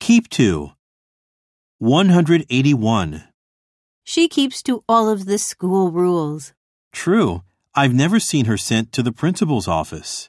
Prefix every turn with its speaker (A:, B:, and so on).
A: Keep to. 181.
B: She keeps to all of the school rules.
A: True, I've never seen her sent to the principal's office.